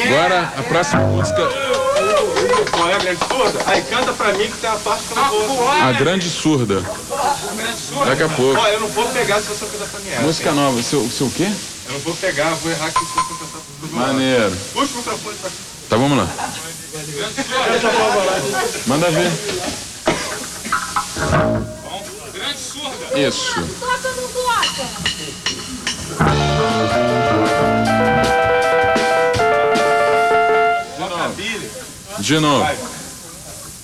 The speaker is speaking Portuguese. Agora, a próxima música, Qual é a grande surda? Aí canta pra mim que tem a parte que eu não vou. A Grande Surda. Daqui a pouco. Ó, eu não vou pegar se você cantar pra mim. essa, Música hein? nova, seu, seu quê? Eu não vou pegar, eu vou errar aqui se você cantar pro meu lado. Maneiro. Puxa o microfone pra cá. Tá, vamos lá. Manda ver. Grande surda. Isso. Toca ou não toca? Rockabilly. De novo.